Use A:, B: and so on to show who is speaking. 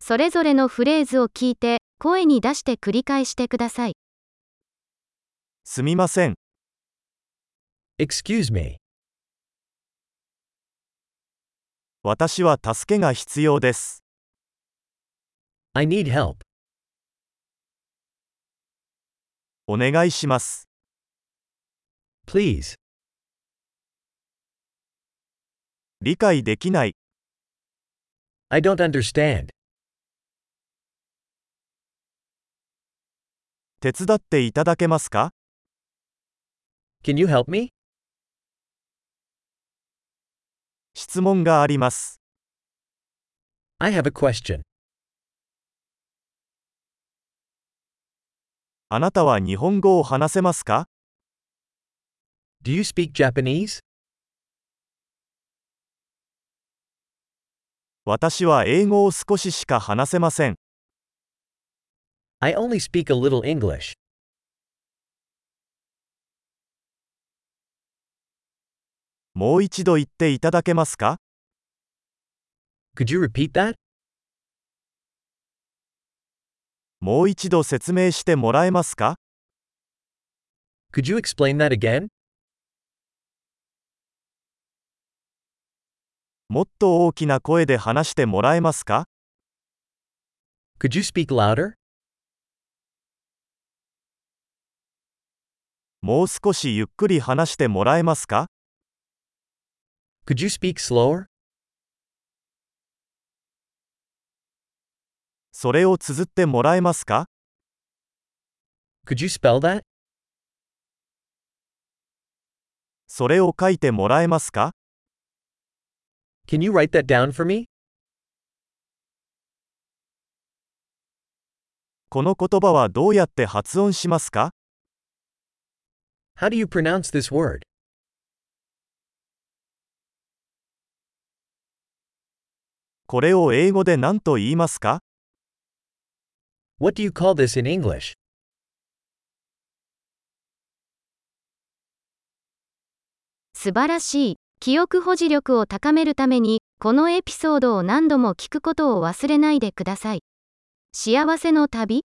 A: それぞれのフレーズを聞いて、声に出して繰り返してください。
B: すみません。
C: Excuse me.
B: 私は助けが必要です。
C: I need help.
B: お願いします。
C: Please.
B: 理解できない。
C: I don't understand.
B: 手伝っていただけますか
C: Can you help me?
B: 質問があります。
C: I have a question.
B: あなたは日本語を話せますか
C: Do you speak Japanese?
B: 私は英語を少ししか話せません。
C: I only speak a little English.
B: もう一度言っていただけますか
C: Could you repeat that?
B: もう一度説明してもらえますか
C: Could you explain that again?
B: もっと大きな声で話してもらえますか
C: Could you speak louder?
B: もう少しゆっくり話してもらえますか
C: Could you speak slower?
B: それを綴ってもらえますか
C: Could you spell that?
B: それを書いてもらえますか
C: Can you write that down for me?
B: この言葉はどうやって発音しますか
C: How do you pronounce this word?
B: これを英語で何と言いますか
C: What do you call this in English?
A: 素晴らしい。記憶保持力を高めるために、このエピソードを何度も聞くことを忘れないでください。幸せの旅